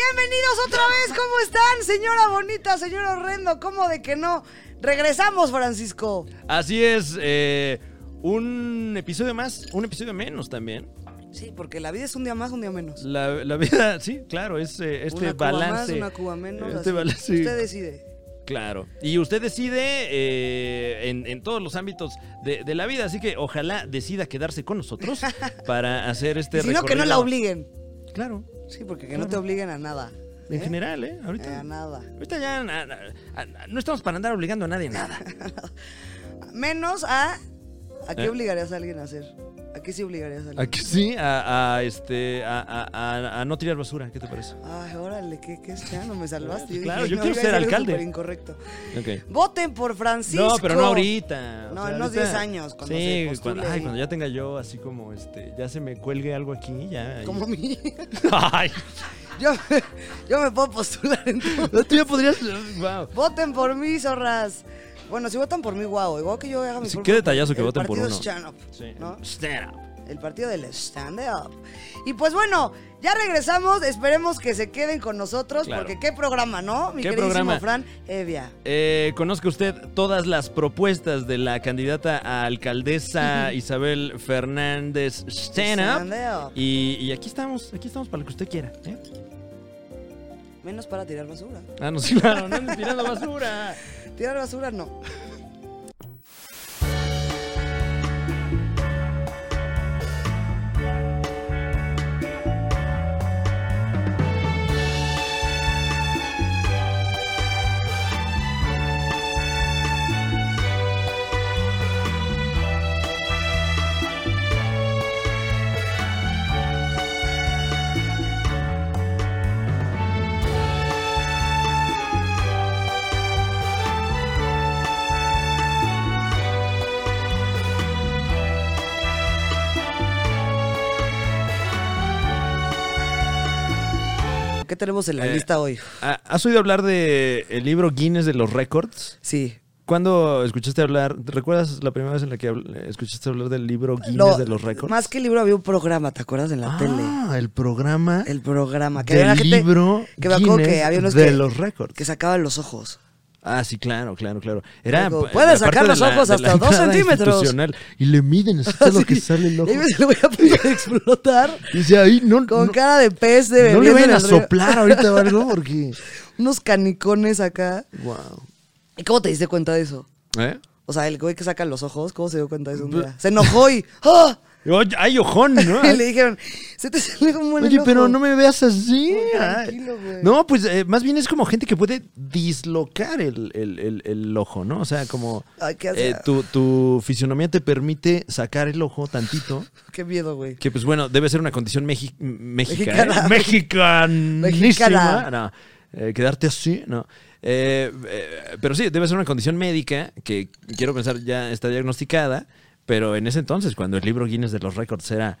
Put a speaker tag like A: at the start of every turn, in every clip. A: Bienvenidos otra vez, ¿cómo están? Señora bonita, señor horrendo, ¿cómo de que no? Regresamos, Francisco.
B: Así es, eh, un episodio más, un episodio menos también.
A: Sí, porque la vida es un día más, un día menos.
B: La, la vida, sí, claro, es eh, este
A: una Cuba
B: balance.
A: más, una Cuba menos.
B: este
A: así.
B: balance.
A: Usted decide.
B: Claro. Y usted decide eh, en, en todos los ámbitos de, de la vida, así que ojalá decida quedarse con nosotros para hacer este
A: Y si no, que no la
B: recorrido.
A: obliguen.
B: Claro,
A: Sí, porque que no te obliguen a nada.
B: en
A: ¿eh?
B: general, ¿eh?
A: Eh,
B: Ahorita,
A: A nada.
B: ahorita ya na- na- a- no estamos para andar obligando a nadie a nada.
A: Menos a. ¿A qué
B: ¿Eh?
A: obligarías a alguien a hacer? ¿A qué sí obligarías a alguien?
B: ¿A que sí? A, a, este, a, a- a- a no tirar basura, ¿qué te parece?
A: Ay, órale, qué, qué es? Ya no me salvaste.
B: Eh, claro,
A: dije,
B: yo
A: no,
B: quiero
A: iba a
B: ser
A: decir algo
B: alcalde.
A: súper incorrecto.
B: Ok.
A: Voten por Francisco.
B: No, pero no ahorita.
A: No,
B: en
A: en unos 10 años, cuando
B: sí,
A: se postule
B: cuando, ay,
A: ahí.
B: cuando ya tenga yo así como, este, ya se me cuelgue algo aquí, ya. ahí.
A: Como mí.
B: ay,
A: Yo, yo me puedo postular en todo.
B: tú ya podrías, wow.
A: Voten por mí, zorras. Bueno, si votan por mí, guau. Igual que yo haga mi
B: Sí,
A: propio-
B: qué detallazo que
A: el
B: voten por
A: partido
B: uno.
A: stand-up,
B: Sí.
A: ¿no?
B: Stand up.
A: El partido del stand-up. Y pues bueno, ya regresamos. Esperemos que se queden con nosotros.
B: Claro.
A: Porque qué programa, ¿no? Mi
B: Qué
A: queridísimo
B: programa.
A: Fran Evia.
B: Eh, conozca usted todas las propuestas de la candidata a alcaldesa Isabel Fernández Stand Up.
A: Stand-up.
B: Y, y aquí estamos, aquí estamos para lo que usted quiera. ¿eh?
A: Menos para tirar basura.
B: Ah, no, sí, claro, no anden tirando basura.
A: Tirar basura no. ¿Qué tenemos en la
B: Eh,
A: lista hoy?
B: Ah, ¿Has oído hablar del el libro Guinness de los Records?
A: Sí.
B: ¿Cuándo escuchaste hablar? ¿Recuerdas la primera vez en la que habl- escuchaste hablar del libro Guinness
A: Lo-
B: de los récords?
A: Más que libro había un programa, ¿te acuerdas? En la tele.
B: Ah, el programa
A: El programa. Que
B: del
A: había gente
B: libro
A: que me acuerdo
B: Guinness
A: que había unos
B: de
A: que,
B: los récords.
A: que sacaban los ojos.
B: Ah, sí, claro, claro, claro. Era
A: Luego,
B: pa-
A: puedes
B: la
A: sacar
B: parte de
A: los
B: la-
A: ojos
B: de
A: hasta
B: la
A: dos
B: entrada
A: centímetros.
B: institucional Y le miden hasta lo que sale el ojo.
A: Y ahí me se lo voy a punto de explotar.
B: Dice ahí, no,
A: Con
B: no,
A: cara de pez de
B: no le
A: bebiendo
B: vayan
A: en
B: a
A: el río.
B: soplar ahorita o algo porque...
A: Unos canicones acá.
B: Wow.
A: ¿Y cómo te diste cuenta de eso?
B: ¿Eh?
A: O sea, el güey que saca los ojos, ¿cómo se dio cuenta de eso un día? Se enojó y. ¡ah!
B: Oye, Ay, ojón, ¿no?
A: Y le dijeron, se te salió un buen
B: Oye,
A: enojo".
B: pero no me veas así.
A: Oh,
B: Ay.
A: tranquilo, güey.
B: No, pues eh, más bien es como gente que puede dislocar el, el- el- el ojo, ¿no? O sea, como
A: Ay, qué asco.
B: eh, tu, tu fisionomía te permite sacar el ojo tantito.
A: Qué miedo, güey.
B: Que pues bueno, debe ser una condición mexi-
A: Mexicana.
B: mexicana. ¿eh? Mexicanísima.
A: Mexicana.
B: No, eh, quedarte así, no. Eh, eh, pero sí, debe ser una condición médica que quiero pensar ya está diagnosticada. Pero en ese entonces, cuando el libro Guinness de los Récords era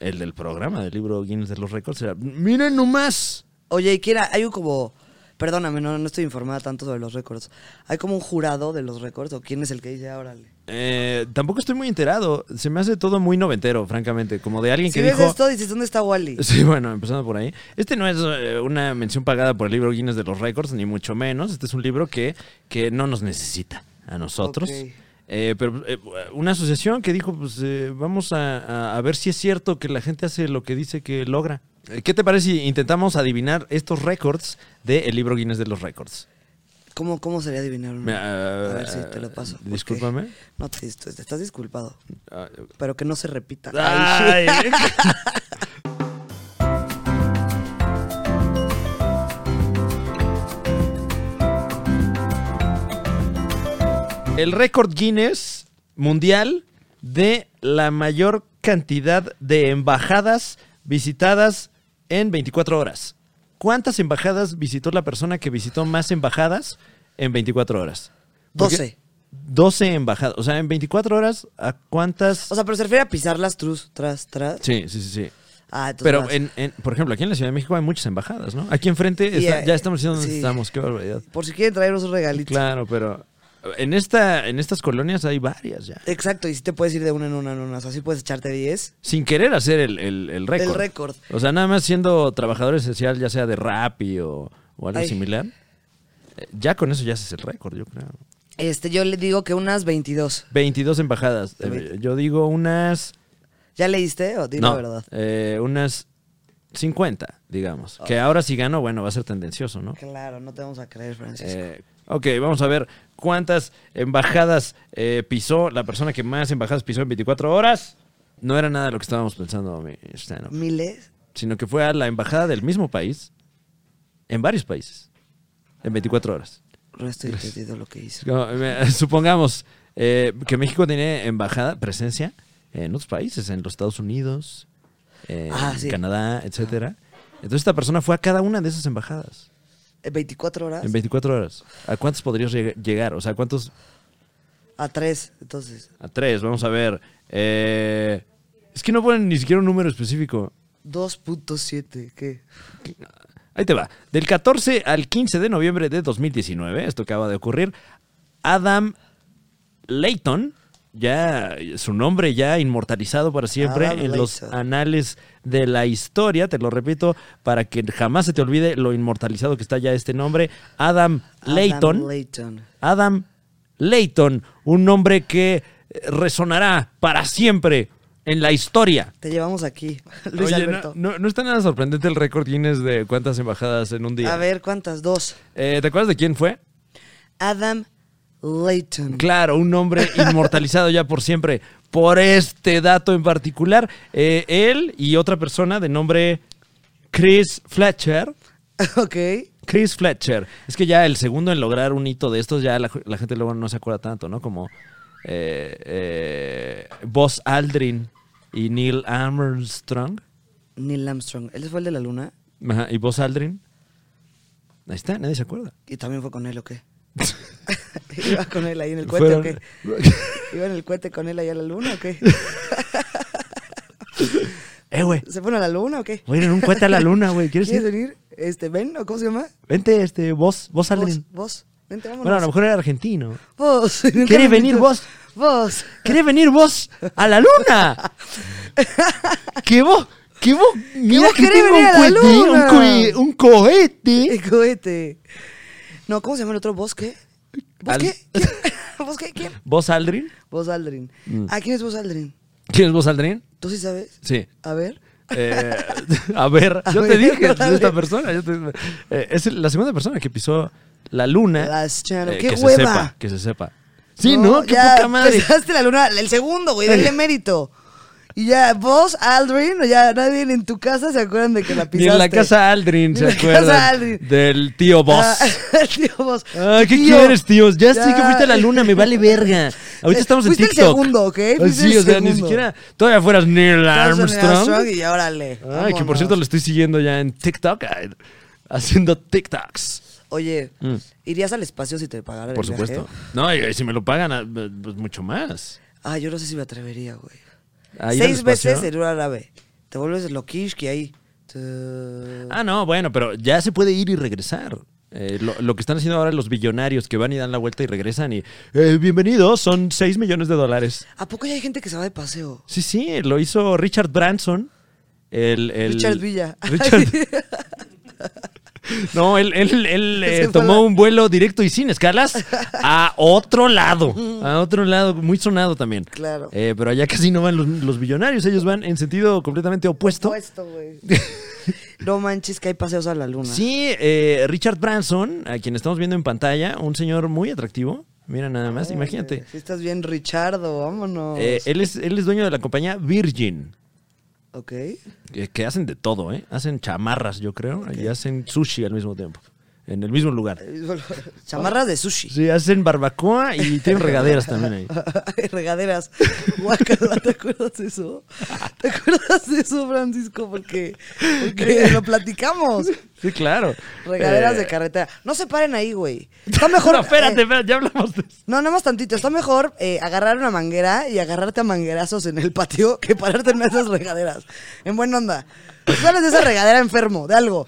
B: el del programa del libro Guinness de los Récords, era miren nomás.
A: Oye, y quiera, hay un como. Perdóname, no, no estoy informada tanto sobre los récords. Hay como un jurado de los récords, o quién es el que dice, "Ah, órale.
B: Eh, tampoco estoy muy enterado. Se me hace todo muy noventero, francamente. Como de alguien
A: Si
B: que
A: ves
B: dijo.
A: esto, dices, ¿dónde está Wally?
B: Sí, bueno, empezando por ahí. Este no es eh, una mención pagada por el libro Guinness de los Récords, ni mucho menos. Este es un libro que, que no nos necesita a nosotros.
A: Ok.
B: Eh, pero eh, una asociación que dijo, pues eh, vamos a, a- a ver si es cierto que la gente hace lo que dice que logra. Eh, ¿Qué te parece si intentamos adivinar estos récords del libro Guinness de los Récords?
A: ¿Cómo, ¿Cómo sería adivinar uno?
B: Me-
A: a
B: ah,
A: ver si te lo paso. porque-
B: discúlpame.
A: No, te, dis- te estás disculpado.
B: Ah, eh,
A: Pero que no se repita. Ay,
B: Ay.
A: sí.
B: El récord Guinness mundial de la mayor cantidad de embajadas visitadas en 24 horas. ¿Cuántas embajadas visitó la persona que visitó más embajadas en 24 horas? Porque-
A: 12.
B: 12 embajadas. O sea, en 24 horas, ¿a cuántas?
A: O sea, pero se refiere a pisarlas trus, tras, tras.
B: sí, sí, sí, sí.
A: Ah, entonces.
B: Pero,
A: vas.
B: en, en- por ejemplo, aquí en la Ciudad de México hay muchas embajadas, ¿no? Aquí enfrente
A: Y,
B: está-
A: eh,
B: ya estamos diciendo dónde
A: sí.
B: estamos, qué barbaridad.
A: Por si quieren traernos un regalito.
B: Claro, pero En, esta, en estas colonias hay varias ya.
A: Exacto, y si te puedes ir de una en una en una. O sea, sí puedes echarte 10.
B: Sin querer hacer el, el, el récord.
A: El récord.
B: O sea, nada más siendo trabajador esencial, ya sea de Rappi o, o algo
A: Ay.
B: similar. eh, Ya con eso ya haces el récord, yo creo.
A: Este, yo le digo que unas 22.
B: 22 embajadas. Eh, yo digo unas...
A: ¿Ya leíste o di
B: no,
A: la verdad?
B: eh, unas 50, digamos. Que ahora si gano, bueno, va a ser tendencioso, ¿no?
A: Claro, no te vamos a creer, Francisco.
B: Eh, ok, vamos a ver cuántas embajadas eh, pisó la persona que más embajadas pisó en 24 horas. No era nada lo que estábamos pensando, mi stand-up,
A: ¿Miles?
B: sino que fue a la embajada del mismo país, en varios países, en 24 horas.
A: No estoy entendiendo lo que hizo.
B: No, me- Supongamos eh, que México tiene embajada, presencia en otros países, en los Estados Unidos, en
A: Ah, sí.
B: Canadá, etcétera. Entonces esta persona fue a cada una de esas embajadas.
A: ¿En 24 Eh, horas?
B: En 24 horas. ¿A cuántos podrías lleg- llegar? O sea, ¿cuántos?
A: A 3, entonces.
B: A tres, vamos a ver. Eh, es que no ponen ni siquiera un número específico.
A: 2.7, ¿qué?
B: Ahí te va. Del 14 al 15 de noviembre de 2019, esto acaba de ocurrir, Adam Layton, ya su nombre ya inmortalizado para siempre
A: Adam
B: en los
A: Layton.
B: anales de la historia, te lo repito, para que jamás se te olvide lo inmortalizado que está ya este nombre, Adam Layton.
A: Adam Layton.
B: Adam Layton, un nombre que eh, resonará para siempre en la historia.
A: Te llevamos aquí, Luis
B: Oye,
A: Alberto.
B: No, no- no está nada sorprendente el récord Guinness de cuántas embajadas en un día.
A: A ver, ¿cuántas? Dos.
B: Eh, ¿Te acuerdas de quién fue?
A: Adam Layton.
B: Claro, un nombre inmortalizado ya por siempre. Por este dato en particular, eh, él y otra persona de nombre Chris Fletcher.
A: ok.
B: Chris Fletcher. Es que ya el segundo en lograr un hito de estos, ya la, la gente luego no se acuerda tanto, ¿no? Como eh, eh, Buzz Aldrin y Neil Armstrong.
A: Neil Armstrong. Él fue el de la luna
B: Ajá, y Buzz Aldrin. Ahí está, nadie se acuerda.
A: y también fue con él, ¿o qué? ¿Iba con él ahí en el cohete o qué?
B: Fueron-
A: ¿Iba en el cohete con él ahí a la luna o qué?
B: eh, güey.
A: ¿Se fueron a la luna o qué?
B: Voy a ir en un cohete a la luna, güey. ¿Quieres
A: ¿Quieres
B: ir?
A: venir? Este, ¿Ben o cómo se llama?
B: Vente, este, Buzz, Buzz Aldrin.
A: Vos, vos. Vente, vámonos.
B: Bueno, a lo mejor era argentino.
A: Vos. Nunca
B: ¿Quieres
A: me
B: venir
A: dijiste-
B: vos?
A: Vos.
B: ¿Querés venir vos a la luna? ¿Qué vos? ¿Qué vos? Mira
A: vos
B: que
A: querés
B: tengo
A: venir a la
B: un cohete,
A: luna?
B: un cohe- un cohete.
A: El cohete. este, No, ¿cómo se llama el otro? ¿Vos qué? ¿Vos
B: Al-
A: qué? ¿Vos qué? ¿Quién?
B: ¿Vos, Aldrin?
A: Vos Aldrin.
B: Mm.
A: ¿Ah, quién es Vos Aldrin?
B: ¿Quién es vos, Aldrin?
A: ¿Tú sí sabes?
B: Sí.
A: A ver.
B: Eh, a ver,
A: A
B: yo te
A: ver,
B: dije de esta
A: Aldrin.
B: persona. yo te- eh, es la segunda persona que pisó la luna.
A: Las chano- ¡qué
B: Eh, que
A: hueva!
B: se sepa, que se sepa. Sí, ¿no? Qué
A: ya
B: poca madre. Eh.
A: Pesaste la luna, el segundo, güey, denle mérito. Y ya, vos, Aldrin, o ya nadie en tu casa se acuerdan de que la
B: Ni
A: pisaste.
B: en la casa Aldrin
A: Ni
B: se
A: en la casa
B: acuerda
A: Aldrin.
B: del tío Boss.
A: Ah, tío, vos.
B: Ah, ¿qué
A: Tío,
B: quieres, tíos? Ya, sé
A: ya.
B: que fuiste a la luna, me vale verga. Ahorita estamos en
A: Fuiste el
B: TikTok.
A: segundo, ¿ok?
B: Ah,
A: Fuiste
B: sí,
A: el
B: o sea, ni
A: segundo.
B: siquiera todavía fueras Neil
A: Carson
B: Armstrong.
A: y ya, órale.
B: Ay, que por
A: vámonos.
B: cierto lo estoy siguiendo ya en TikTok, ay, haciendo TikToks.
A: Oye,
B: Mm.
A: ¿irías al espacio si te pagaran
B: Por
A: el viaje?
B: supuesto. No, y si me lo pagan, ah, pues mucho más.
A: Ah, yo no sé si me atrevería, güey.
B: ¿A ir al
A: Seis
B: espacio?
A: veces en un árabe. Te vuelves loquish que ahí. Tú-
B: Ah, no, bueno, pero ya se puede ir y regresar. Eh, lo, lo que están haciendo ahora los billonarios que van y dan la vuelta y regresan y eh, bienvenidos, son 6 millones de dólares.
A: ¿A poco ya hay gente que se va de paseo?
B: Sí, sí, lo hizo Richard Branson. El, el-
A: Richard Villa.
B: Richard- no, él, él- él, eh,
A: Se fue
B: tomó
A: la-
B: un vuelo directo y sin escalas a otro lado. A otro lado, muy sonado también.
A: Claro.
B: Eh, pero allá casi no van los, los billonarios, ellos van en sentido completamente opuesto.
A: Puesto, güey. No manches que hay paseos a la luna.
B: Sí, eh, Richard Branson, a quien estamos viendo en pantalla, un señor muy atractivo. Mira nada más, imagínate.
A: Si estás bien, Richardo, vámonos.
B: Eh, él, es, él es dueño de la compañía Virgin,
A: ok.
B: que, que hacen de todo, ¿eh? Hacen chamarras, yo creo, y hacen sushi al mismo tiempo, en el mismo lugar.
A: Chamarras de sushi.
B: Sí, hacen barbacoa y tienen regaderas también ahí.
A: Ay, Regaderas. Guácala, ¿te acuerdas de eso? ¿Te acuerdas de eso, Francisco? Porque, porque lo platicamos.
B: Sí, claro.
A: Regaderas
B: Eh,
A: de carretera. No se paren ahí, güey. Está mejor.
B: No, espérate,
A: eh,
B: espérate, ya hablamos de eso.
A: no, nada más tantito. Está mejor eh, agarrar una manguera y agarrarte a manguerazos en el patio que Pues, pararte en una de esas regaderas. En buena onda. Tú Sales de esa regadera enfermo, de algo.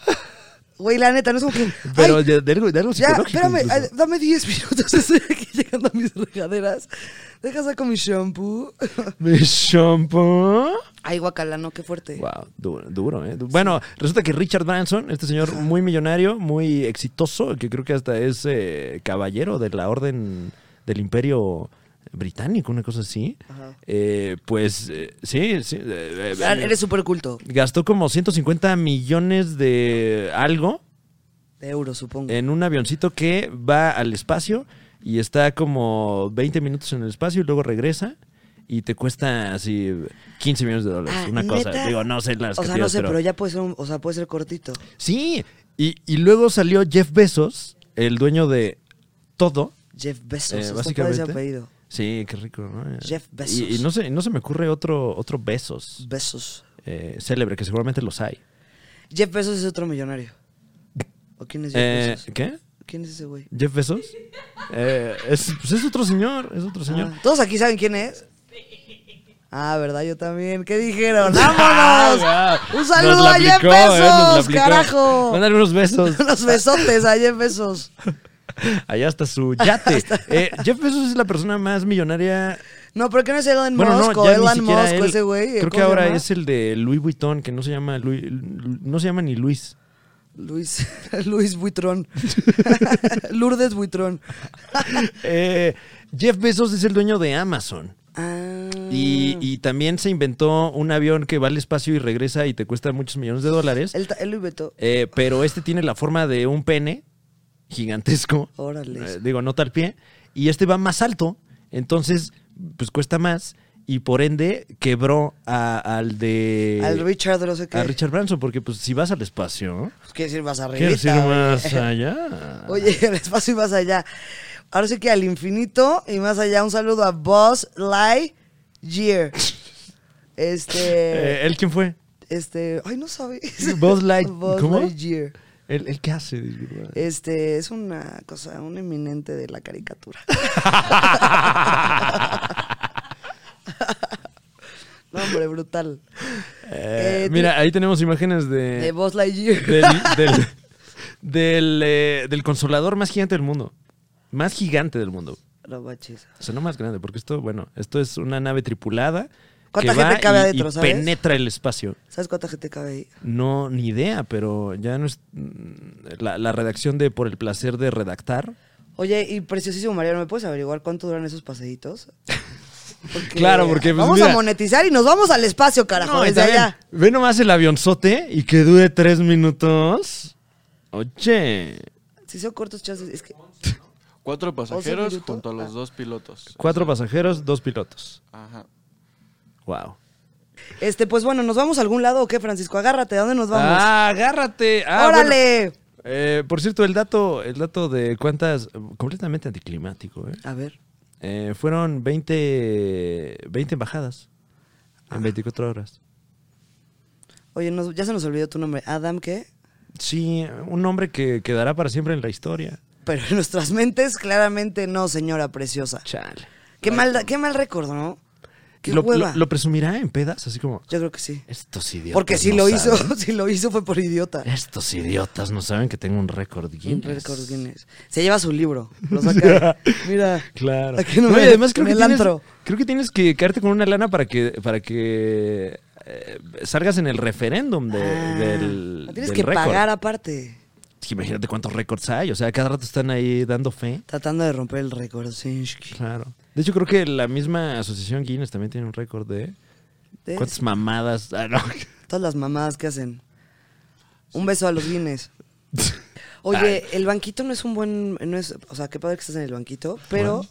A: Güey, la neta, no es como que.
B: Pero
A: "Ay,
B: de, de algo, de algo
A: ya,
B: psicológico
A: espérame,
B: incluso.
A: ay, dame 10 minutos. Estoy aquí llegando a mis regaderas. Deja saco mi shampoo.
B: ¿Mi shampoo?
A: Ay, guacalano, qué fuerte.
B: Wow, duro, duro, ¿eh? Du- Bueno, resulta que Richard Branson, este señor muy millonario, muy exitoso, que creo que hasta es eh, caballero de la orden del imperio británico, una cosa así,
A: Ajá.
B: eh, pues eh, sí, sí. eh, eh,
A: Ah, Eres súper culto.
B: Gastó como 150 millones de algo
A: De euros, supongo.
B: en un avioncito que va al espacio y está como 20 minutos en el espacio y luego regresa y te cuesta así 15 millones de dólares.
A: Ah,
B: una cosa,
A: ¿neta?
B: digo, no sé las
A: O sea, no
B: cantidades,
A: sé, pero... ya puede ser, un- o sea, puede ser cortito.
B: Sí, y, y luego salió Jeff Bezos, el dueño de todo.
A: Jeff Bezos,
B: eh,
A: hasta puede
B: básicamente.
A: ser apellido.
B: Sí, qué rico, ¿no? Eh,
A: Jeff Bezos.
B: Y, y no, se, no se me ocurre otro, otro Bezos
A: Bezos.
B: eh, célebre, que seguramente los hay.
A: Jeff Bezos es otro millonario. ¿O quién es Jeff
B: Eh,
A: Bezos?
B: ¿Qué?
A: ¿Quién es ese güey?
B: ¿Jeff Bezos? Eh, es, pues es otro señor, es otro señor.
A: Ah, Todos aquí saben quién es. Ah, ¿verdad? Yo también. ¿Qué dijeron? ¡Vámonos!
B: Ah, ya.
A: ¡Un
B: Nos
A: saludo
B: la
A: a Jeff
B: aplicó, eh, nos la
A: Bezos!
B: aplicó.
A: ¡Carajo!
B: Mándale unos besos.
A: Unos besotes a Jeff Bezos.
B: Allá hasta su yate. Eh, Jeff Bezos es la persona más millonaria.
A: No, pero ¿qué no es Elon
B: Bueno,
A: Musk?
B: no,
A: o
B: ya ni
A: Elon
B: siquiera
A: Musk,
B: él.
A: ese güey.
B: Creo que
A: ¿cómo se
B: ahora
A: llama?
B: es el de Louis Vuitton, que no se llama Louis, no se llama ni Luis.
A: Luis, Luis Buitrón. Lourdes Buitrón.
B: Eh, Jeff Bezos es el dueño de Amazon.
A: Ah.
B: Y, y también se inventó un avión que va al espacio y regresa y te cuesta muchos millones de dólares.
A: Ah. Él, ta- él lo inventó.
B: Eh, pero este tiene la forma de un pene gigantesco.
A: Órale.
B: Eh, digo, no tal pie. Y este va más alto. Entonces, pues cuesta más. Y por ende, quebró a- al de.
A: Al Richard, no sé qué.
B: Eh, a Richard Branson. Porque, pues, si vas al espacio,
A: Pues, ¿Quieres ir más arriba?
B: quieres ir más allá.
A: Oye, el espacio y más allá. Ahora sí que al infinito y más allá. Un saludo a Buzz Lightyear. Este.
B: Eh, ¿Él quién fue?
A: Este. Ay, no sabes.
B: Buzz Light-
A: Buzz
B: ¿cómo?
A: Lightyear.
B: ¿Él, él qué hace? Disculpa.
A: Este es una cosa, un eminente de la caricatura. no, hombre, brutal.
B: Eh,
A: Eh,
B: mira, ahí tenemos imágenes
A: De
B: de.
A: Buzz Lightyear.
B: del, del, del, eh, del consolador más gigante del mundo. Más gigante del mundo.
A: No manches.
B: O sea, no más grande, porque esto, bueno, esto es una nave tripulada.
A: ¿Cuánta
B: que va
A: gente cabe
B: y-
A: adentro,
B: y
A: sabes?
B: penetra el espacio.
A: ¿Sabes cuánta gente cabe ahí?
B: No, ni idea, pero ya no es. mm, La, la redacción de Por el placer de redactar.
A: Oye, y preciosísimo Mariano, ¿me puedes averiguar cuánto duran esos paseitos? Porque
B: Claro, porque, pues,
A: vamos
B: mira.
A: a monetizar y nos vamos al espacio, carajo,
B: No, y
A: desde
B: también,
A: allá.
B: Ve nomás el avionzote y que dure tres minutos. Oye.
A: Si son cortos chances, es que
C: Cuatro pasajeros
A: minutos?
C: junto a los
A: Ah.
C: dos pilotos.
B: Cuatro pasajeros, dos pilotos.
C: Ajá.
B: Wow.
A: este pues bueno, nos vamos a algún lado o qué, Francisco, agárrate, ¿a dónde nos vamos?
B: Ah, agárrate. Ah, bueno.
A: Órale.
B: Eh, por cierto, el dato, el dato de cuántas, completamente anticlimático, ¿eh?
A: A ver.
B: Eh, fueron 20, 20 embajadas en 24 horas.
A: Oye, nos- ya se nos olvidó tu nombre. Adam, ¿qué?
B: Sí, un nombre que quedará para siempre en la historia.
A: Pero en nuestras mentes, claramente no, señora preciosa.
B: Chale.
A: Qué mal, qué mal récord, ¿no? Qué
B: lo,
A: hueva.
B: lo- lo presumirá en pedas? Así como,
A: Yo creo que sí.
B: estos idiotas.
A: Porque si
B: no
A: lo hizo,
B: saben.
A: si lo hizo fue por idiota.
B: Estos idiotas no saben que tengo un récord Guinness.
A: Un récord Guinness. Se lleva su libro. Lo saca. Mira.
B: Claro.
A: Aquí no
B: No, y
A: me-
B: además creo
A: en
B: que,
A: el
B: tienes,
A: antro.
B: creo que tienes que quedarte con una lana para que, para que eh, salgas en el referéndum de-
A: Ah,
B: Eh, del.
A: Tienes
B: del
A: que
B: récord.
A: pagar aparte.
B: Es que Imagínate cuántos récords hay. O sea, cada rato están ahí dando fe.
A: Tratando de romper el récord. Sinsky.
B: Claro. De hecho, creo que la misma asociación Guinness también tiene un récord de.
A: ¿Ves?
B: ¿Cuántas mamadas? Ah, no.
A: Todas las mamadas que hacen. Un beso a los Guinness. Oye, el banquito no es un buen. No es, o sea, qué padre que estás en el banquito, pero
B: Bueno.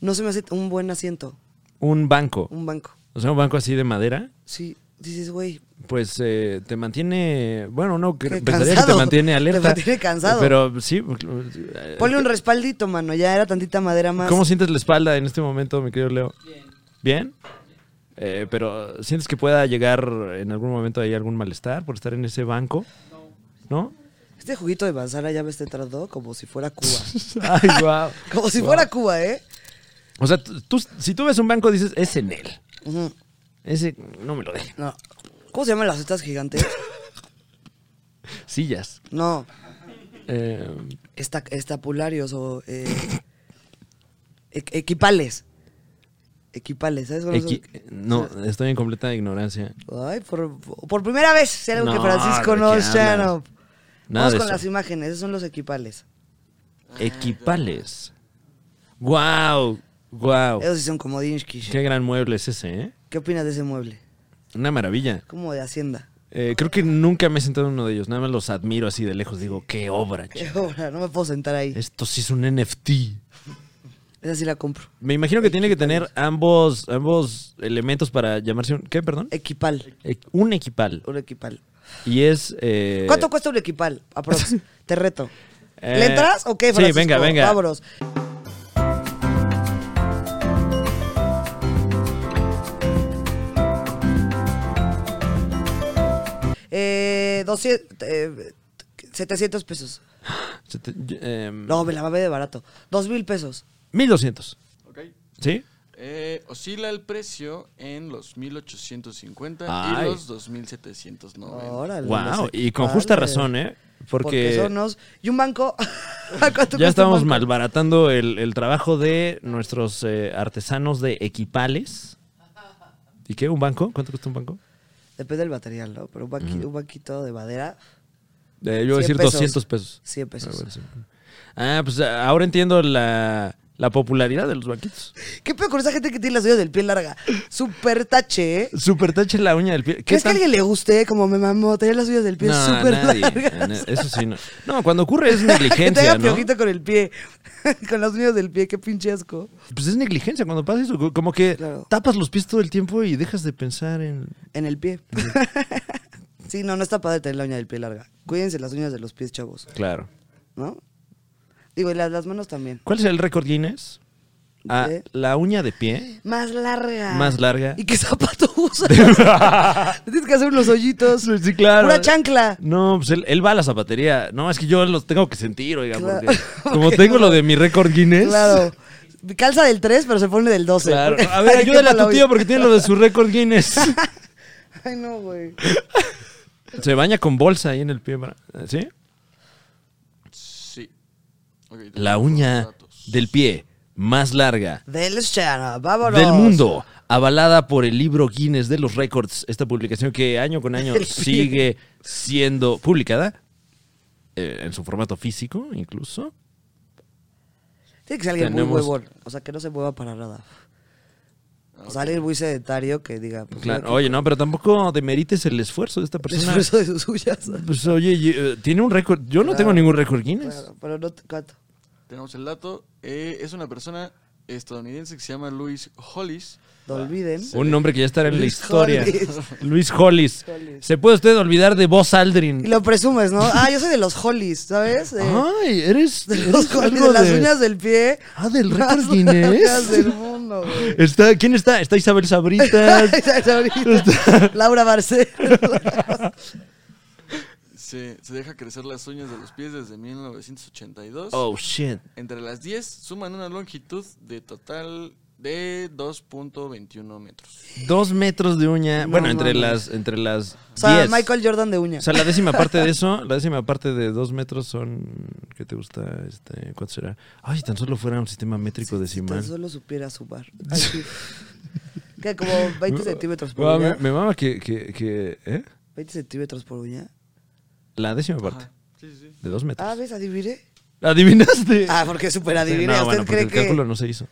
A: no se me hace un buen asiento.
B: Un banco.
A: Un banco.
B: O sea, un banco así de madera.
A: Sí, dices, güey,
B: Pues eh, te mantiene. Bueno, no, que
A: Qué
B: pensaría que te
A: cansado.
B: mantiene
A: Te
B: alerta.
A: mantiene cansado.
B: Pero sí. eh,
A: ponle un respaldito, mano. Ya era tantita madera más.
B: ¿Cómo sientes la espalda en este momento, mi querido Leo? Bien. ¿Bien? Eh, pero ¿sientes que pueda llegar en algún momento ahí algún malestar por estar en ese banco? No.
A: Este juguito de manzana ya me te trató como si fuera Cuba.
B: Ay, guau.
A: como si fuera Cuba, ¿eh?
B: O sea, tú, tú- si tú ves un banco, dices, es en él.
A: Ujú.
B: Ese no me lo dejen.
A: No. ¿Cómo se llaman las setas gigantes?
B: sillas.
A: No,
B: Eh,
A: esta- estapularios o eh, e- equipales. Equipales, ¿sabes? cuáles son?
B: equi- no, estoy en completa ignorancia.
A: Ay, por, por primera vez sé algo que
B: No,
A: Francisco
B: ¿de
A: no
B: qué
A: sabe.
B: hablas? Nada
A: Vamos
B: de
A: con
B: eso.
A: las imágenes, esos son los equipales.
B: Equipales. Wow, wow.
A: Esos sí son como Dinskish.
B: Qué gran mueble es ese, ¿eh?
A: ¿Qué opinas de ese mueble?
B: Una maravilla.
A: Como de hacienda.
B: Eh, creo que nunca me he sentado en uno de ellos. Nada más los admiro así de lejos. Digo, qué obra.
A: Qué
B: chico.
A: obra, no me puedo sentar ahí.
B: Esto sí es un NFT.
A: Esa sí la compro.
B: Me imagino que tiene que tener ambos, ambos elementos para llamarse un... ¿Qué, perdón?
A: Equipal.
B: Eh, Un equipal.
A: Un equipal.
B: Y es... eh,
A: ¿Cuánto cuesta un equipal? Aprox. Te reto.
B: eh,
A: ¿Le entras o qué,
B: Sí,
A: Francisco?
B: venga, venga.
A: Vámonos. Eh, 200, eh, 700 pesos.
B: se te- yo, eh,
A: No, me la va a ver de barato. 2 mil pesos.
B: 1200.
C: Ok.
B: ¿Sí?
C: Eh, oscila el precio en los 1850
B: Ay.
C: y los 2790.
A: Órale.
B: wow.
A: los
B: Y con justa
A: equipales.
B: razón, ¿eh? Porque,
A: son unos- Y un banco. ¿Cuánto cuesta un
B: ya estamos
A: banco?
B: malbaratando el, el trabajo de nuestros eh, artesanos de equipales. ¿Y qué? ¿Un banco? ¿Cuánto cuesta un banco?
A: Depende del material, ¿no? Pero un, banqui- un banquito de madera,
B: Eh, yo voy a
A: 100
B: decir
A: pesos.
B: 200 pesos.
A: 100 pesos.
B: Ah, bueno, sí. Ah, pues ah, ahora entiendo la, la popularidad de los banquitos.
A: ¿Qué pedo con esa gente que tiene las uñas del pie larga? Super tache, ¿eh?
B: Super tache la uña del pie. ¿Qué
A: ¿Crees que a
B: tan-
A: alguien le guste? Como me mamó, tener las uñas del pie
B: No,
A: súper
B: nadie.
A: largas.
B: Na- Eso sí, no. No, cuando ocurre es
A: que te
B: negligencia,
A: haga
B: ¿no?
A: piojito con el pie. con las uñas del pie, qué pinche asco.
B: Pues es negligencia cuando pasa eso. co- Como que
A: Claro.
B: tapas los pies todo el tiempo y dejas de pensar en...
A: En el pie. sí, no, no está padre tener la uña del pie larga. Cuídense las uñas de los pies, chavos,
B: Claro.
A: ¿no? Digo, y las, las manos también.
B: ¿Cuál es el récord Guinness? Ah,
A: De-
B: la uña de pie.
A: Más larga.
B: Más larga.
A: ¿Y qué zapato usas? Le Tienes que hacer unos hoyitos.
B: Ah, Sí, claro.
A: Una chancla.
B: No, pues él, él va a la zapatería. No, es que yo los tengo que sentir, oiga.
A: Claro.
B: porque como tengo lo de mi récord Guinness.
A: Claro. Calza del 3, pero se pone del 12.
B: Claro.
A: Porque-
B: A ver,
A: Ay, qué
B: ayúdale a
A: mala
B: tu tío
A: vida.
B: porque tiene lo de su récord Guinness.
A: Ay, no, güey.
B: Se baña con bolsa ahí en el pie. ¿verdad? ¿Sí?
C: Sí. Ok,
B: La
C: tenemos los
B: uña
C: datos.
B: del pie más larga
A: Del Shara, vámonos.
B: del mundo, avalada por el libro Guinness de los récords, esta publicación que año con año
A: El pie.
B: sigue siendo publicada eh, en su formato físico incluso.
A: Tiene que ser alguien
B: Tenemos-
A: muy huevón. O sea, que no se mueva para nada. O sea, alguien muy sedentario que diga. Pues,
B: Claro,
A: mira,
B: oye, no, pero tampoco demerites el esfuerzo de esta
A: qué
B: persona.
A: esfuerzo de sus uñas.
B: Pues oye, y, eh, tiene un récord. Yo no tengo ningún récord Guinness.
A: Claro, pero no te cuento.
C: Tenemos el dato. Eh, es una persona estadounidense que se llama Luis Hollis.
A: No
B: Ah,
A: olviden.
B: Un nombre que ya estará en la
A: Luis
B: historia.
A: Hollis.
B: Luis Hollis.
A: Hollis.
B: ¿Se puede usted olvidar de Buzz Aldrin?
A: Y lo presumes, ¿no? Ah, yo soy de los hollies, ¿sabes? De,
B: Ay, Ah, eres,
A: de
B: eres
A: los hollies,
B: algo
A: de las
B: de-
A: uñas del pie.
B: Ah, del
A: más
B: récord Guinness.
A: largas del mundo, güey.
B: Está, ¿Quién está? Está Isabel Sabritas.
A: Ahorita, Laura Barcelo.
C: Se, se deja crecer las uñas de los pies desde 1982.
B: oh, shit.
C: Entre las 10 suman una longitud de total de 2.21 metros.
B: Dos metros de uña.
A: No
B: bueno, entre
A: mames.
B: las, entre las
A: O sea,
B: diez.
A: Michael Jordan de uña.
B: O sea, la décima parte de eso, la décima parte de dos metros son. ¿Qué te gusta? Este, ¿Cuánto será? Ay, si tan solo fuera un sistema métrico decimal.
A: Tan solo supiera sumar. Ay, sí. ¿Qué? Como 20 centímetros por
B: Guau,
A: uña.
B: me, me mama que. que, que- ¿eh?
A: 20 centímetros por uña.
B: La décima parte
C: Sí, sí.
B: de dos metros.
A: Ah, ¿ves? Adivine.
B: ¿Adivinaste?
A: Ah, porque super adiviné.
B: Sí, no,
A: ¿Usted
B: bueno, porque
A: cree
B: el
A: que
B: cálculo no se hizo.